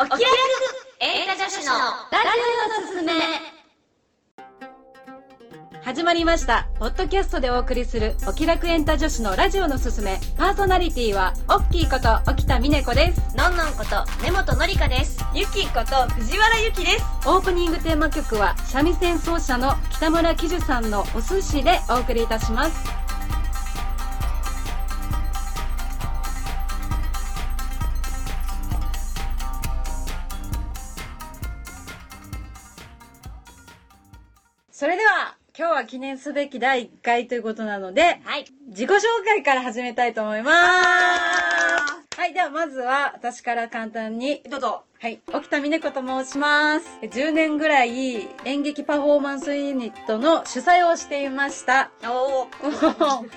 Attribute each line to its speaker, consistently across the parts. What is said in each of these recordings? Speaker 1: おきらく映画女子のラジオのすすめ
Speaker 2: 始まりましたポッドキャストでお送りするお気楽エンタ女子のラジオのすすめパーソナリティはオッキーこと沖田美音子です
Speaker 1: のんのんこと根本のりかですゆきこと藤原ゆきです
Speaker 2: オープニングテーマ曲は三味線奏者の北村喜寿さんの「お寿司」でお送りいたしますそれでは今日は記念すべき第1回ということなので
Speaker 1: はい
Speaker 2: 自己紹介から始めたいと思いますはいではまずは私から簡単に
Speaker 1: どうぞ
Speaker 2: はい、沖田美音子と申します。10年ぐらい演劇パフォーマンスユニットの主催をしていま した。
Speaker 1: おお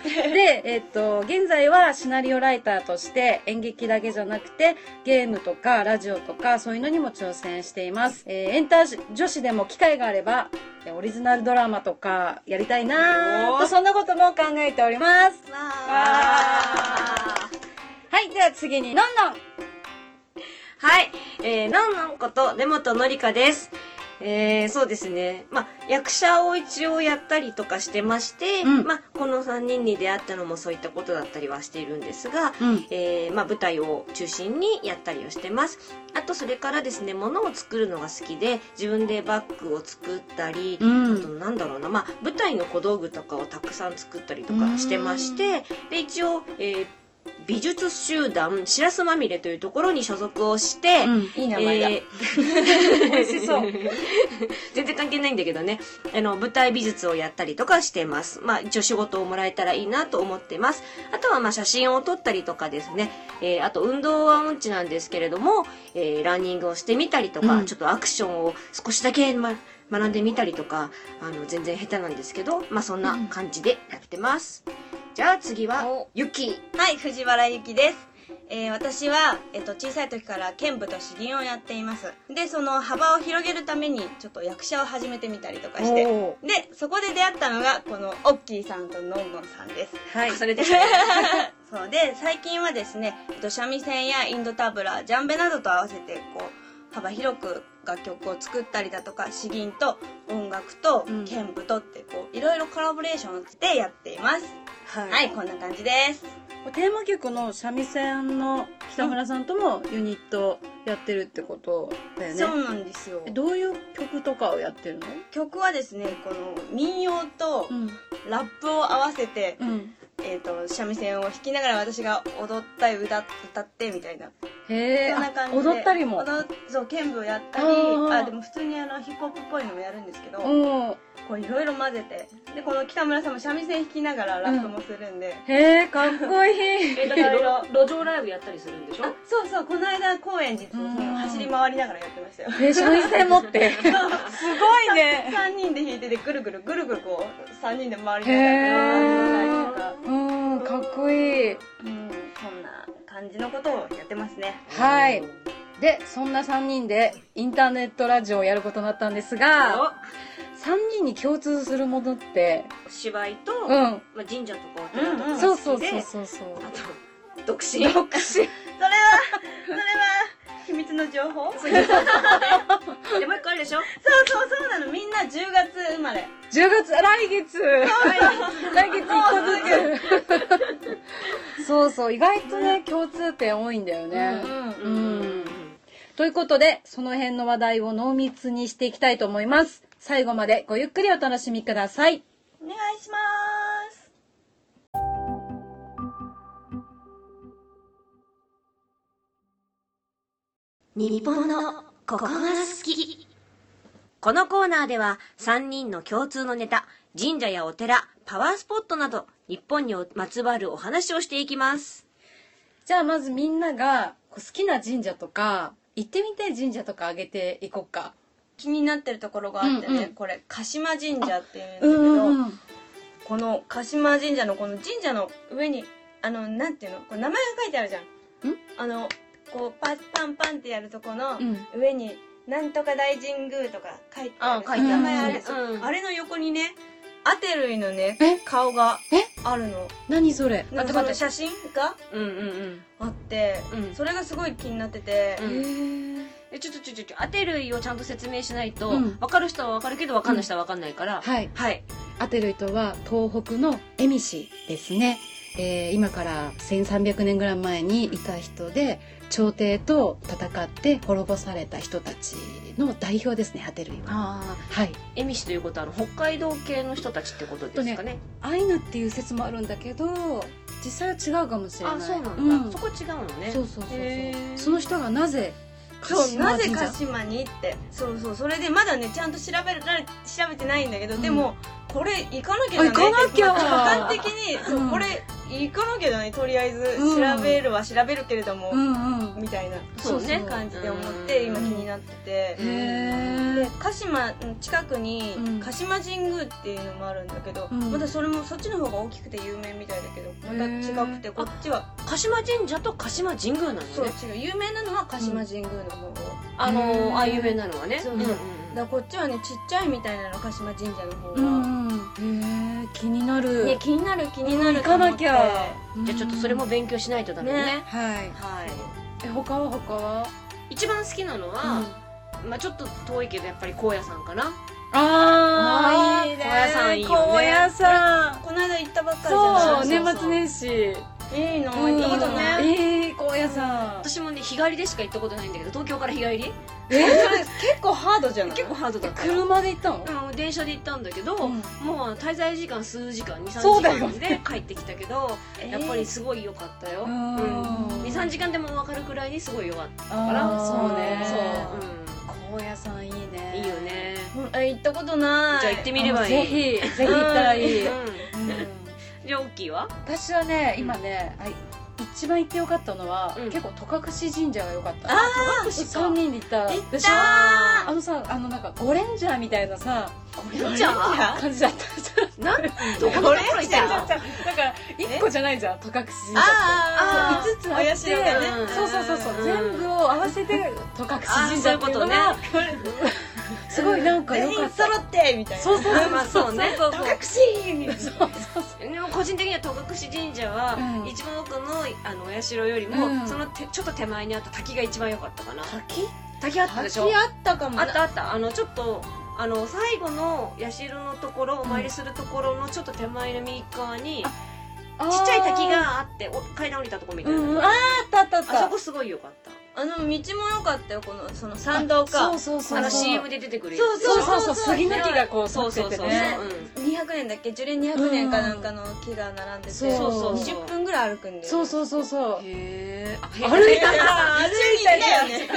Speaker 2: で、えっと、現在はシナリオライターとして演劇だけじゃなくてゲームとかラジオとかそういうのにも挑戦しています。えーエンター女子でも機会があればえーオリジナルドラマとかやりたいな
Speaker 1: お
Speaker 2: ぁ
Speaker 1: ー
Speaker 2: とそんなことも考えております。
Speaker 1: わ
Speaker 2: わはい、では次に、のんのん
Speaker 3: はい、えー、なんなんこと根本のりかです。えー、そうですね。まあ、役者を一応やったりとかしてまして、
Speaker 2: うん
Speaker 3: まあ、この3人に出会ったのもそういったことだったりはしているんですが、
Speaker 2: うん
Speaker 3: えー、まあ、舞台を中心にやったりをしてます。あと、それからですね、物を作るのが好きで、自分でバッグを作ったり、
Speaker 2: うん
Speaker 3: あと、なんだろうな、まあ、舞台の小道具とかをたくさん作ったりとかしてまして、で、一応、えー、美術集団、しらすまみれというところに所属をして、
Speaker 1: いい
Speaker 3: え
Speaker 1: 名前だ、
Speaker 3: ー
Speaker 2: 美味しそう。
Speaker 3: 全然関係ないんだけどねあの舞台美術をやったりとかしてますまあ一応仕事をもらえたらいいなと思ってますあとはまあ写真を撮ったりとかですね、えーあと運動は音痴なんですけれども、えーランニングをしてみたりとか、
Speaker 2: うん
Speaker 3: ちょっとアクションを少しだけ、ま、学んでみたりとかあの全然下手なんですけどまあそんな感じでやってます、じゃあ次は
Speaker 1: お
Speaker 3: ゆき
Speaker 4: はい、藤原ゆきです。えー私は、えっと、小さい時から剣舞と詩吟をやっています。で、その幅を広げるために、ちょっと役者を始めてみたりとかして。
Speaker 2: お
Speaker 4: で、そこで出会ったのが、この、オッキーさんとノンノンさん です。
Speaker 2: ーはい。
Speaker 3: それで
Speaker 4: そうで、最近はですね、えっと、三味線やインドタブラ、ジャンベなどと合わせて、こう、幅広く楽曲を作ったりだとか、詩吟と音楽と
Speaker 2: うん
Speaker 4: 剣舞とって、こう、いろいろコラボレーションでやっています。はい、こんな感じです。
Speaker 2: テーマ曲の三味線の北村さんともユニットやってるってことだよね。
Speaker 4: そうなんですよ。
Speaker 2: えどういう曲とかをやってるの
Speaker 4: 曲はですねこの民謡と
Speaker 2: ん。
Speaker 4: ラップを合わせて、
Speaker 2: うん。
Speaker 4: えー、と三味線を弾きながら私が踊ったり歌歌ってみたいな、
Speaker 2: へえ。
Speaker 4: そんな感
Speaker 2: あ
Speaker 4: じで
Speaker 2: 踊ったりも。
Speaker 4: 踊そう剣舞をやったり
Speaker 2: あー
Speaker 4: あでも普通にあのヒップホップっぽいのもやるんですけど、
Speaker 2: おー
Speaker 4: こういろいろ混ぜてでこの北村さんも三味線弾きながらラップもするんで、
Speaker 2: へえ、かっこ いい。
Speaker 3: えだって路路上ライブやったりするんでしょ
Speaker 4: あそうそうこの間高円寺でその走り回りながらやってましたよ
Speaker 2: え、三味線持って。すごい ね。
Speaker 4: 3人で弾いててぐるぐるぐるぐるこう3人で回りながらやったりとか。
Speaker 2: うん、かっこいい。
Speaker 4: うん、そんな感じのことをやってますね。
Speaker 2: はい。で、そんな3人でインターネットラジオをやることになったんですが、3人に共通するものって、
Speaker 3: お芝居と、
Speaker 2: う
Speaker 3: ま
Speaker 2: ん。
Speaker 3: あ、神社とかお寺とかが好きで、
Speaker 2: そうそうそうそうそう。
Speaker 3: あと独身独身
Speaker 4: それは、それは、秘密の情報そうそう
Speaker 3: でもう一個あるでしょ
Speaker 4: そうなの。みんな10月生まれ。
Speaker 2: 10月、来月来月1個ずつそうそう、意外とね、共通点多いんだよね。
Speaker 4: う
Speaker 2: うんということで、その辺の話題を濃密にしていきたいと思います。最後までごゆっくりお楽しみください。
Speaker 4: ん。お願いします。
Speaker 3: 日本のここが好きこのコーナーでは3人の共通のネタ神社やお寺パワースポットなど日本にまつわるお話をしていきます
Speaker 2: じゃあまずみんながこう好きな神社とか、行ってみたい神社とかあげていこうか。
Speaker 4: 気になってるところがあってね、
Speaker 2: うんうん
Speaker 4: これ、鹿島神社っていうんだけ
Speaker 2: う
Speaker 4: ど、
Speaker 2: ん。
Speaker 4: この鹿島神社のこの神社の上に、あの、なんていうのこう名前が書いてあるじゃん。あの、こう、パッパンパンってやるとこの
Speaker 2: うん
Speaker 4: 上に、なんとか大神宮とか書いてある。
Speaker 2: 書いてある
Speaker 4: 名前あれ、
Speaker 3: うん
Speaker 4: あれの横にね、アテルイのね
Speaker 2: え、
Speaker 4: 顔が
Speaker 2: え
Speaker 4: あるの。
Speaker 2: 何それ
Speaker 4: なんかその写真が
Speaker 3: うんうんうん
Speaker 4: あって、
Speaker 3: うん
Speaker 4: それがすごい気になってて、
Speaker 3: うん
Speaker 2: へー
Speaker 3: えちょちょちょ当て類をちゃんと説明しないと、
Speaker 2: うん
Speaker 3: 分かる人は分かるけど分かんない人は分かんないから、
Speaker 2: はい。
Speaker 3: はい
Speaker 2: アテルイとは東北の恵美市ですね、えー今から1300年ぐらい前にいた人で朝廷と戦って滅ぼされた人たちの代表ですねアテルイは。
Speaker 3: あ
Speaker 2: はい、
Speaker 3: あ恵比寿ということはあの北海道系の人たちってことですかね
Speaker 2: アイヌっていう説もあるんだけど実際は違うかもしれない
Speaker 3: あそうなんだ、そこ違うのね
Speaker 2: そうそうそう
Speaker 3: へ
Speaker 2: そう
Speaker 3: ー
Speaker 2: その人がなぜ
Speaker 4: そうなぜ鹿
Speaker 2: か
Speaker 4: 島にってそうそうそれでまだねちゃんと調べられ調べてないんだけど、
Speaker 2: うん
Speaker 4: でもこれ行かなきゃじゃない
Speaker 2: あ行かなきゃ
Speaker 4: まあ客観的に、そう
Speaker 2: うん
Speaker 4: これ行かなきゃじゃないとりあえず
Speaker 2: うん
Speaker 4: 調べるは調べるけれども、
Speaker 2: うんうん
Speaker 4: みたいな
Speaker 3: そうね
Speaker 4: 感じで思って
Speaker 3: うん
Speaker 4: 今気になってて。
Speaker 2: へえ
Speaker 4: で鹿島の近くに
Speaker 2: うん
Speaker 4: 鹿島神宮っていうのもあるんだけど、
Speaker 2: うん
Speaker 4: またそれもそっちの方が大きくて有名みたいだけどまた違くて
Speaker 2: へ
Speaker 4: こっちは
Speaker 3: 鹿島神社と鹿島神宮なの
Speaker 4: そう
Speaker 3: ね
Speaker 4: 違う有名なのは鹿島神宮の方、
Speaker 3: あの
Speaker 2: う
Speaker 3: ー、
Speaker 2: ん
Speaker 3: ああ有名なのはね
Speaker 4: そう
Speaker 3: うんうん
Speaker 4: だからこっちはねちっちゃいみたいなの鹿島神社の方
Speaker 2: う
Speaker 4: が、
Speaker 2: んうんへえ気になる、
Speaker 4: ね気になる気になる
Speaker 2: 行かなきゃ
Speaker 4: と思って
Speaker 3: うんじゃあちょっとそれも勉強しないとダメね
Speaker 4: ね
Speaker 2: はい
Speaker 3: はい
Speaker 2: え他は他は
Speaker 3: 一番好きなのは、まあちょっと遠いけどやっぱり高野山かな
Speaker 2: あ
Speaker 4: あーいいね
Speaker 3: 高野山いいよね
Speaker 2: 高野山
Speaker 4: この間行ったばっかりじゃ
Speaker 2: そ
Speaker 4: な
Speaker 2: う
Speaker 4: い
Speaker 3: ね
Speaker 2: 年末年始
Speaker 4: いいの
Speaker 2: うん
Speaker 4: 行ったことない
Speaker 2: いい高野山
Speaker 3: 私もね日帰りでしか行ったことないんだけど東京から日帰り
Speaker 4: えそれ結構ハードじゃない
Speaker 3: 結構ハードだったよ
Speaker 2: 車で行ったの
Speaker 3: うん電車で行ったんだけど、
Speaker 2: うん
Speaker 3: もう滞在時間数時間23
Speaker 2: そ
Speaker 3: 時
Speaker 2: うだよ
Speaker 3: 間で帰ってきたけ ど、やっぱりすごい良かったよ、
Speaker 2: うん
Speaker 3: 23時間でも分かるくらいにすごい良かったから
Speaker 2: あーそうね
Speaker 3: そう、
Speaker 2: 高野山いい
Speaker 3: うん、
Speaker 2: ね
Speaker 3: いいよね
Speaker 4: うんえ行ったことない
Speaker 3: じゃあ行ってみればいい
Speaker 2: ぜひぜひ行ったらいい、
Speaker 3: うんじゃあ大きいは
Speaker 2: 私はね今ね、あい一番行ってよかったのは、
Speaker 3: うん
Speaker 2: 結構戸隠神社が良かった
Speaker 3: 戸隠か
Speaker 2: 3人で行った
Speaker 4: 行った
Speaker 2: でしょあのさあのなんかゴレンジャーみたいなさ
Speaker 3: レンジャー
Speaker 2: 感じだった
Speaker 3: なんどこ
Speaker 4: こ
Speaker 3: の
Speaker 4: れ
Speaker 3: ところ行った
Speaker 4: じゃ
Speaker 3: の
Speaker 4: あ
Speaker 2: だから1個じゃないじゃん戸隠神社
Speaker 4: あーあ
Speaker 2: 5つあっ
Speaker 4: お社がね
Speaker 2: てそうそうそうそう
Speaker 3: うん
Speaker 2: 全部を合わせて戸隠神社っていうの
Speaker 3: あ
Speaker 2: がすごいなんか
Speaker 4: 全
Speaker 2: 良か
Speaker 4: 員
Speaker 2: った
Speaker 4: 揃ってみたいな
Speaker 2: そうそうそう
Speaker 3: まあそうね
Speaker 2: そうそう
Speaker 4: 隠し
Speaker 2: そうそうそう
Speaker 3: でも個人的には戸隠神社は
Speaker 2: うん
Speaker 3: 一番奥のあのお社よりも、
Speaker 2: うん
Speaker 3: その手ちょっと手前にあった滝が一番良かったかな
Speaker 2: 滝
Speaker 3: 滝あったでしょ
Speaker 4: 滝あったかも
Speaker 3: あったあったあのちょっとあの最後の社のところお参りするところのちょっと手前の右側にちっちゃい滝があってお階段降りたとこみたいな、
Speaker 2: うんうん
Speaker 3: あ
Speaker 2: あーあったあった
Speaker 3: そ
Speaker 2: あっ
Speaker 3: こすごい良かった
Speaker 4: あの道も良かったよこのその
Speaker 2: た
Speaker 4: 参道か
Speaker 2: そうそうそう
Speaker 3: あの
Speaker 2: そう
Speaker 3: CM で出てくる
Speaker 4: そう
Speaker 2: そうそうそう
Speaker 4: そうそう
Speaker 2: 杉の木がこう立
Speaker 3: そう
Speaker 2: っ
Speaker 3: そう
Speaker 2: て
Speaker 3: そう
Speaker 2: て
Speaker 3: そう、
Speaker 2: ね
Speaker 4: 200年だっけ樹齢200年かなんかの木が並んでて
Speaker 2: そう
Speaker 3: そうそう
Speaker 4: 20分ぐらい歩くんだよ
Speaker 2: そうそうそうそう
Speaker 3: うん、へえ
Speaker 2: 歩い
Speaker 4: いや
Speaker 2: た
Speaker 4: 歩いたよね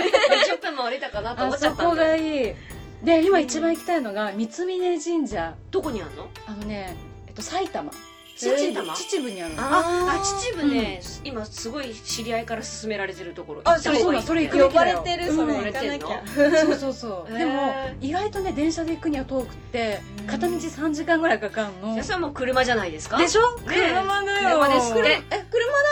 Speaker 3: 20分も歩いたかなと
Speaker 2: あ
Speaker 3: 思っちゃ
Speaker 2: そ
Speaker 3: った
Speaker 2: こ
Speaker 3: んだ
Speaker 2: がいいで今一番行きたいのが三峯神社
Speaker 3: どこにあんの
Speaker 2: あのね、えっと、埼玉
Speaker 3: 埼
Speaker 2: 秩
Speaker 3: 玉
Speaker 2: 父秩父にあるの
Speaker 3: あ
Speaker 4: あ
Speaker 3: あ
Speaker 4: ー
Speaker 3: 秩父ね、今すごい知り合いから勧められてるところ
Speaker 4: あ
Speaker 2: そうそうそれ行くべ
Speaker 4: 呼
Speaker 2: き
Speaker 4: ば
Speaker 2: だ
Speaker 4: れ
Speaker 2: よ
Speaker 4: てる
Speaker 2: うん
Speaker 4: それ
Speaker 3: 呼ば
Speaker 4: 行
Speaker 3: れ
Speaker 4: か
Speaker 3: て
Speaker 4: なん
Speaker 3: の
Speaker 4: きゃ
Speaker 2: そうそうそう
Speaker 3: へー
Speaker 2: でも意外とね電車で行くには遠くって
Speaker 4: うん
Speaker 2: 片道3時間ぐらいかかんの
Speaker 3: いや
Speaker 2: で
Speaker 3: それはもう車じゃないですか
Speaker 2: しょ
Speaker 3: ねえ
Speaker 2: 車だよ
Speaker 3: 車ですって
Speaker 4: え車だ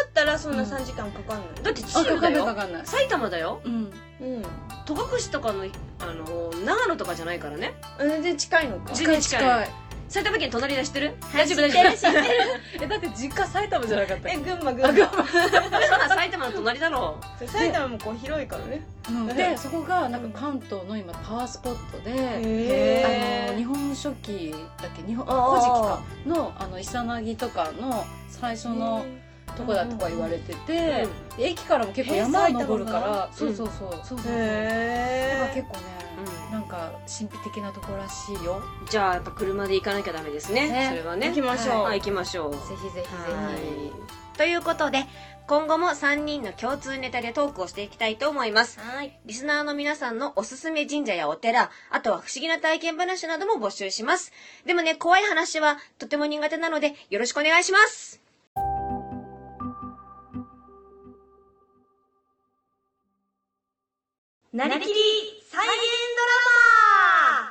Speaker 4: ったらそんな3時間かかん
Speaker 3: だ
Speaker 4: な
Speaker 3: って
Speaker 2: あ
Speaker 3: 秩
Speaker 2: か
Speaker 3: 父だ
Speaker 2: かんないか
Speaker 3: よ
Speaker 2: かんない
Speaker 3: 埼玉だよ
Speaker 2: うん
Speaker 4: い
Speaker 3: 戸隠とかのあの長野とかじゃないからね
Speaker 4: うん全然近いのか
Speaker 3: 全然近い
Speaker 2: 近い
Speaker 3: 埼玉県隣だ知ってる大丈夫
Speaker 4: 知
Speaker 3: 大
Speaker 4: っ
Speaker 3: 丈
Speaker 4: て
Speaker 3: 夫
Speaker 4: る知ってる
Speaker 2: えだって実家埼玉じゃなかったっ
Speaker 4: え
Speaker 2: け
Speaker 4: 群馬群馬
Speaker 3: そんな埼玉の隣だろ
Speaker 4: 埼玉もこう広いからね
Speaker 2: うんでそこがなんか関東の今パワースポットで
Speaker 4: へ
Speaker 2: あの日
Speaker 4: え
Speaker 2: 本書紀だっけ日本
Speaker 4: あー
Speaker 2: 古事記かのあのイサナギとかの最初のとこだとか言われてて、
Speaker 3: う
Speaker 2: で駅からも結構山を登るか
Speaker 4: え
Speaker 2: ら、
Speaker 3: 埼
Speaker 2: そ
Speaker 3: 玉
Speaker 2: う
Speaker 3: の
Speaker 2: そうそう、そうそうそう、だから
Speaker 4: へ
Speaker 2: 結構ね、
Speaker 3: う
Speaker 2: なんか神秘的なところらしいよ
Speaker 3: じゃあやっぱ車で行かなきゃダメですね
Speaker 2: ね
Speaker 3: それは
Speaker 4: え
Speaker 3: ね
Speaker 4: 行きましょ
Speaker 3: は
Speaker 4: う
Speaker 3: い行きましょう
Speaker 2: ぜひぜひぜ
Speaker 3: はいということで今後も3人の共通ネタでトークをしていきたいと思います
Speaker 4: はい
Speaker 3: リスナーの皆さんのおすすめ神社やお寺、あとは不思議な体験話なども募集します。でもね、怖い話はとても苦手なので、よろしくお願いします。
Speaker 4: な
Speaker 1: りきり
Speaker 4: 再現ドラマ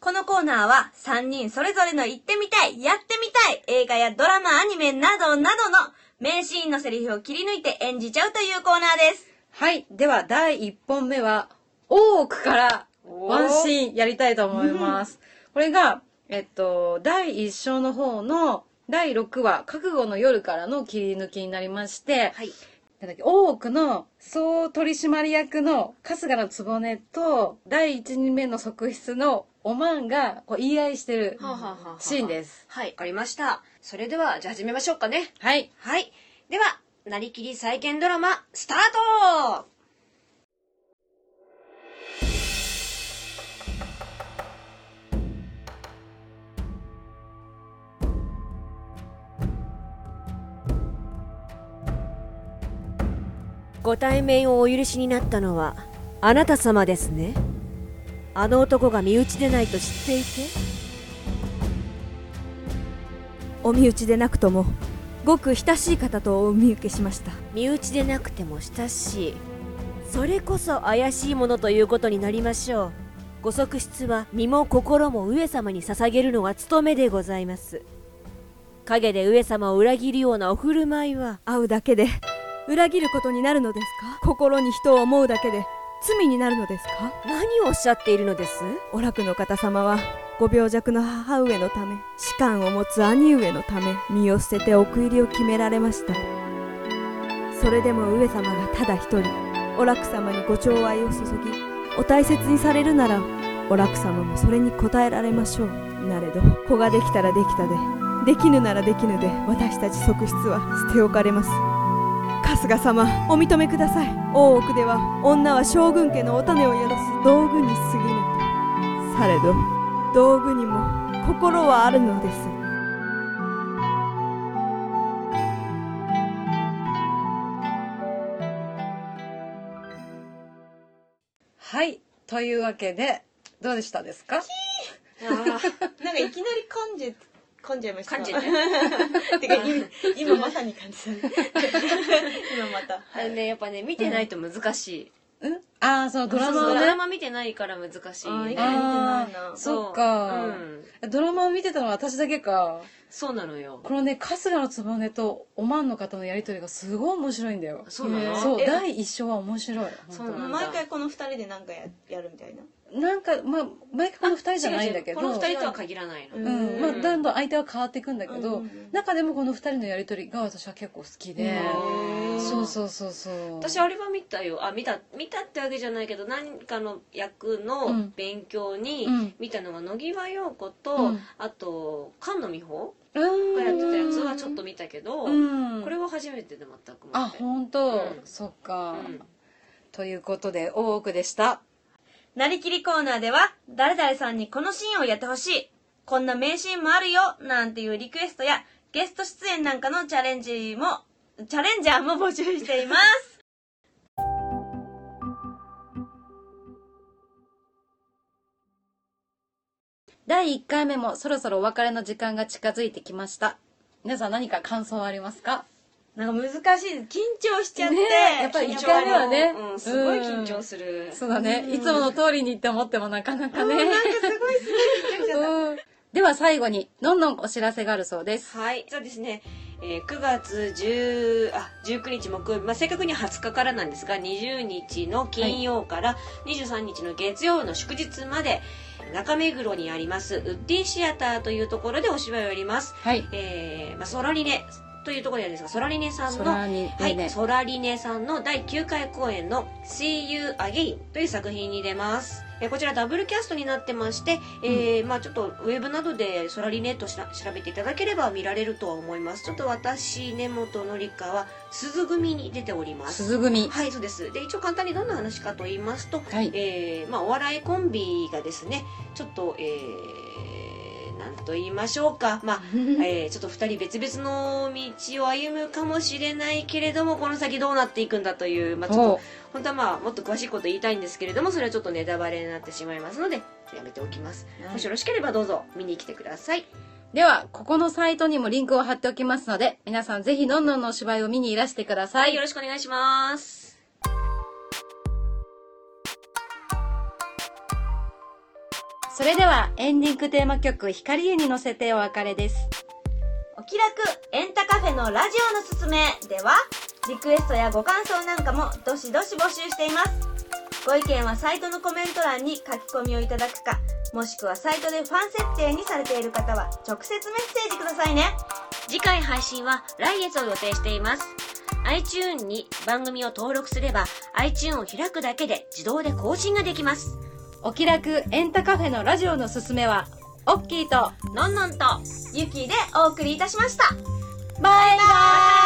Speaker 4: このコーナーは3人それぞれの行ってみたい、やってみたい、映画やドラマ、アニメなどなどの名シーンのセリフを切り抜いて演じちゃうというコーナーです。
Speaker 2: はいでは第1本目は大奥からワンシーンやりたいと思います、これがえっと第1章の方の第6話「覚悟の夜」からの切り抜きになりまして、
Speaker 3: はい。
Speaker 2: なんだっけ、大奥の総取締役の春日の局と、第一人目の側室のおまんがこう言い合いしてる
Speaker 3: はあはあはあはあ
Speaker 2: シーンです。
Speaker 3: はい、わかりました。それでは、じゃあ始めましょうかね。
Speaker 2: はい。
Speaker 3: はい。では、なりきり再現ドラマ、スタート
Speaker 5: ご対面をお許しになったのはあなた様ですねあの男が身内でないと知っていて
Speaker 6: お身内でなくともごく親しい方とお見受けしました
Speaker 5: 身内でなくても親しいそれこそ怪しいものということになりましょうご側室は身も心も上様に捧げるのが務めでございます陰で上様を裏切るようなお振る舞いは
Speaker 6: 会うだけで裏切ることになるのですか心に人を思うだけで罪になるのですか
Speaker 5: 何をおっしゃっているのです
Speaker 6: お楽の方様はご病弱の母上のため士官を持つ兄上のため身を捨てて奥入りを決められましたそれでも上様がただ一人お楽様にご寵愛を注ぎお大切にされるならお楽様もそれに応えられましょうなれど子ができたらできたでできぬならできぬで私たち側室は捨て置かれます春日様お認めください大奥では女は将軍家のお種を宿す道具に過ぎぬとされど道具にも心はあるのです
Speaker 2: はい。というわけで、どうでしたですか
Speaker 4: なんかいきなり噛んじ噛んじゃいました。
Speaker 3: 噛んじゃ
Speaker 4: ゃ
Speaker 3: っ
Speaker 4: い
Speaker 3: た
Speaker 4: てか今今まさに感じ たね。今また。
Speaker 3: あのね、やっぱね、見てないと難しい。
Speaker 2: うんああ、そのドラ
Speaker 3: そう
Speaker 2: マ
Speaker 3: そうド
Speaker 2: を
Speaker 3: ラ
Speaker 2: ね。
Speaker 3: マ見てないから難しい
Speaker 4: あー
Speaker 3: ね
Speaker 4: 意。外
Speaker 2: あ
Speaker 4: 見てない
Speaker 2: あ、
Speaker 4: な
Speaker 2: そっ
Speaker 3: う
Speaker 2: か、
Speaker 3: ん。
Speaker 2: ドラマを見てたのは私だけか。
Speaker 3: そうなのよ。
Speaker 2: このね、春日のつぼねとおまんの方のやりとりがすごい面白いんだよ。
Speaker 3: そうなの
Speaker 2: そう、
Speaker 3: え
Speaker 2: 第一章は面白い。本当
Speaker 3: そうなの
Speaker 4: 毎回この二人でなんかややるみたいな。
Speaker 2: なんか、まあ、毎回この二人じゃないんだけど。
Speaker 3: この二人とは限らないの。
Speaker 2: う、
Speaker 4: うん
Speaker 2: まあ、だんだん相手は変わっていくんだけど、
Speaker 4: うんうんうん
Speaker 2: 中でもこの二人のやりとりが私は結構好きで、
Speaker 3: へー
Speaker 2: そうそうそうそう
Speaker 3: 私あれは見たよあ見た見たってわけじゃないけど何かの役
Speaker 2: う
Speaker 3: の
Speaker 2: ん
Speaker 3: 勉強に
Speaker 2: うん
Speaker 3: 見たのが野際陽子と、
Speaker 2: うん
Speaker 3: あと菅野美穂
Speaker 2: が
Speaker 3: がやってたやつは
Speaker 2: は
Speaker 3: ちょっと見たけど、
Speaker 2: うん、
Speaker 3: これは初めてで全くも
Speaker 2: あ
Speaker 3: って
Speaker 2: 本当、
Speaker 3: うん
Speaker 2: そっか、
Speaker 3: うん
Speaker 2: ということで大奥でした
Speaker 4: なりきりコーナーでは、誰々さんにこのシーンをやってほしい、こんな名シーンもあるよ、なんていうリクエストや、ゲスト出演なんかのチャレンジも、チャレンジャーも募集しています。
Speaker 2: 第1回目もそろそろお別れの時間が近づいてきました皆さん何か感想はありますか
Speaker 4: なんか難しい。緊張しちゃって。
Speaker 2: ねえやっぱり
Speaker 4: 緊
Speaker 2: 一
Speaker 4: 張
Speaker 2: 回目はね
Speaker 3: うん、すごい緊張する、
Speaker 2: そうだね、いつもの通りにって思ってもなかなかね、うんでは最後にのんのんお知らせがあるそうです
Speaker 3: はいそうですね、えー9月10あ19日木曜日、まあ、正確には20日からなんですが20日の金曜から23日の月曜の祝日まで、中目黒にありますウッディシアターというところでお芝居をやります、
Speaker 2: はい
Speaker 3: えーまあ、ソラリネというところにあるんですがソラリネさんの
Speaker 2: 空に
Speaker 3: はい、
Speaker 2: ね
Speaker 3: ソラリネさんの第9回公演の「See You Again」という作品に出ます。えーこちらダブルキャストになってまして、えーまあ、ちょっとウェブなどでソラリネとしら調べていただければ見られるとは思いますちょっと私根本のりかは鈴組に出ております
Speaker 2: 鈴組
Speaker 3: はいそうですで一応簡単にどんな話かと言いますと、
Speaker 2: はい
Speaker 3: えーまあ、お笑いコンビがですねちょっとえーなんと言いましょうか、 まあえーちょっと2人別々の道を歩むかもしれないけれどもこの先どうなっていくんだという、まあ、ちょっ
Speaker 2: お
Speaker 3: と本当はまあもっと詳しいこと言いたいんですけれどもそれはちょっとネタバレになってしまいますのでやめておきます、もしよろしければどうぞ見に来てください
Speaker 2: ではここのサイトにもリンクを貼っておきますので皆さんぜひのんのんのお芝居を見にいらしてくださ、
Speaker 3: はいいよろしくお願いします
Speaker 2: それではエンディングテーマ曲「光絵」に乗せてお別れです
Speaker 4: お気楽エンタカフェのラジオのすすめではリクエストやご感想なんかもどしどし募集していますご意見はサイトのコメント欄に書き込みをいただくかもしくはサイトでファン設定にされている方は直接メッセージくださいね
Speaker 3: 次回配信は来月を予定しています iTune に番組を登録すれば iTune を開くだけで自動で更新ができます
Speaker 2: お気楽エンタカフェのラジオのすすめは、オッキーと、
Speaker 3: のんのんとゆきでお送りいたしました
Speaker 2: バイバイ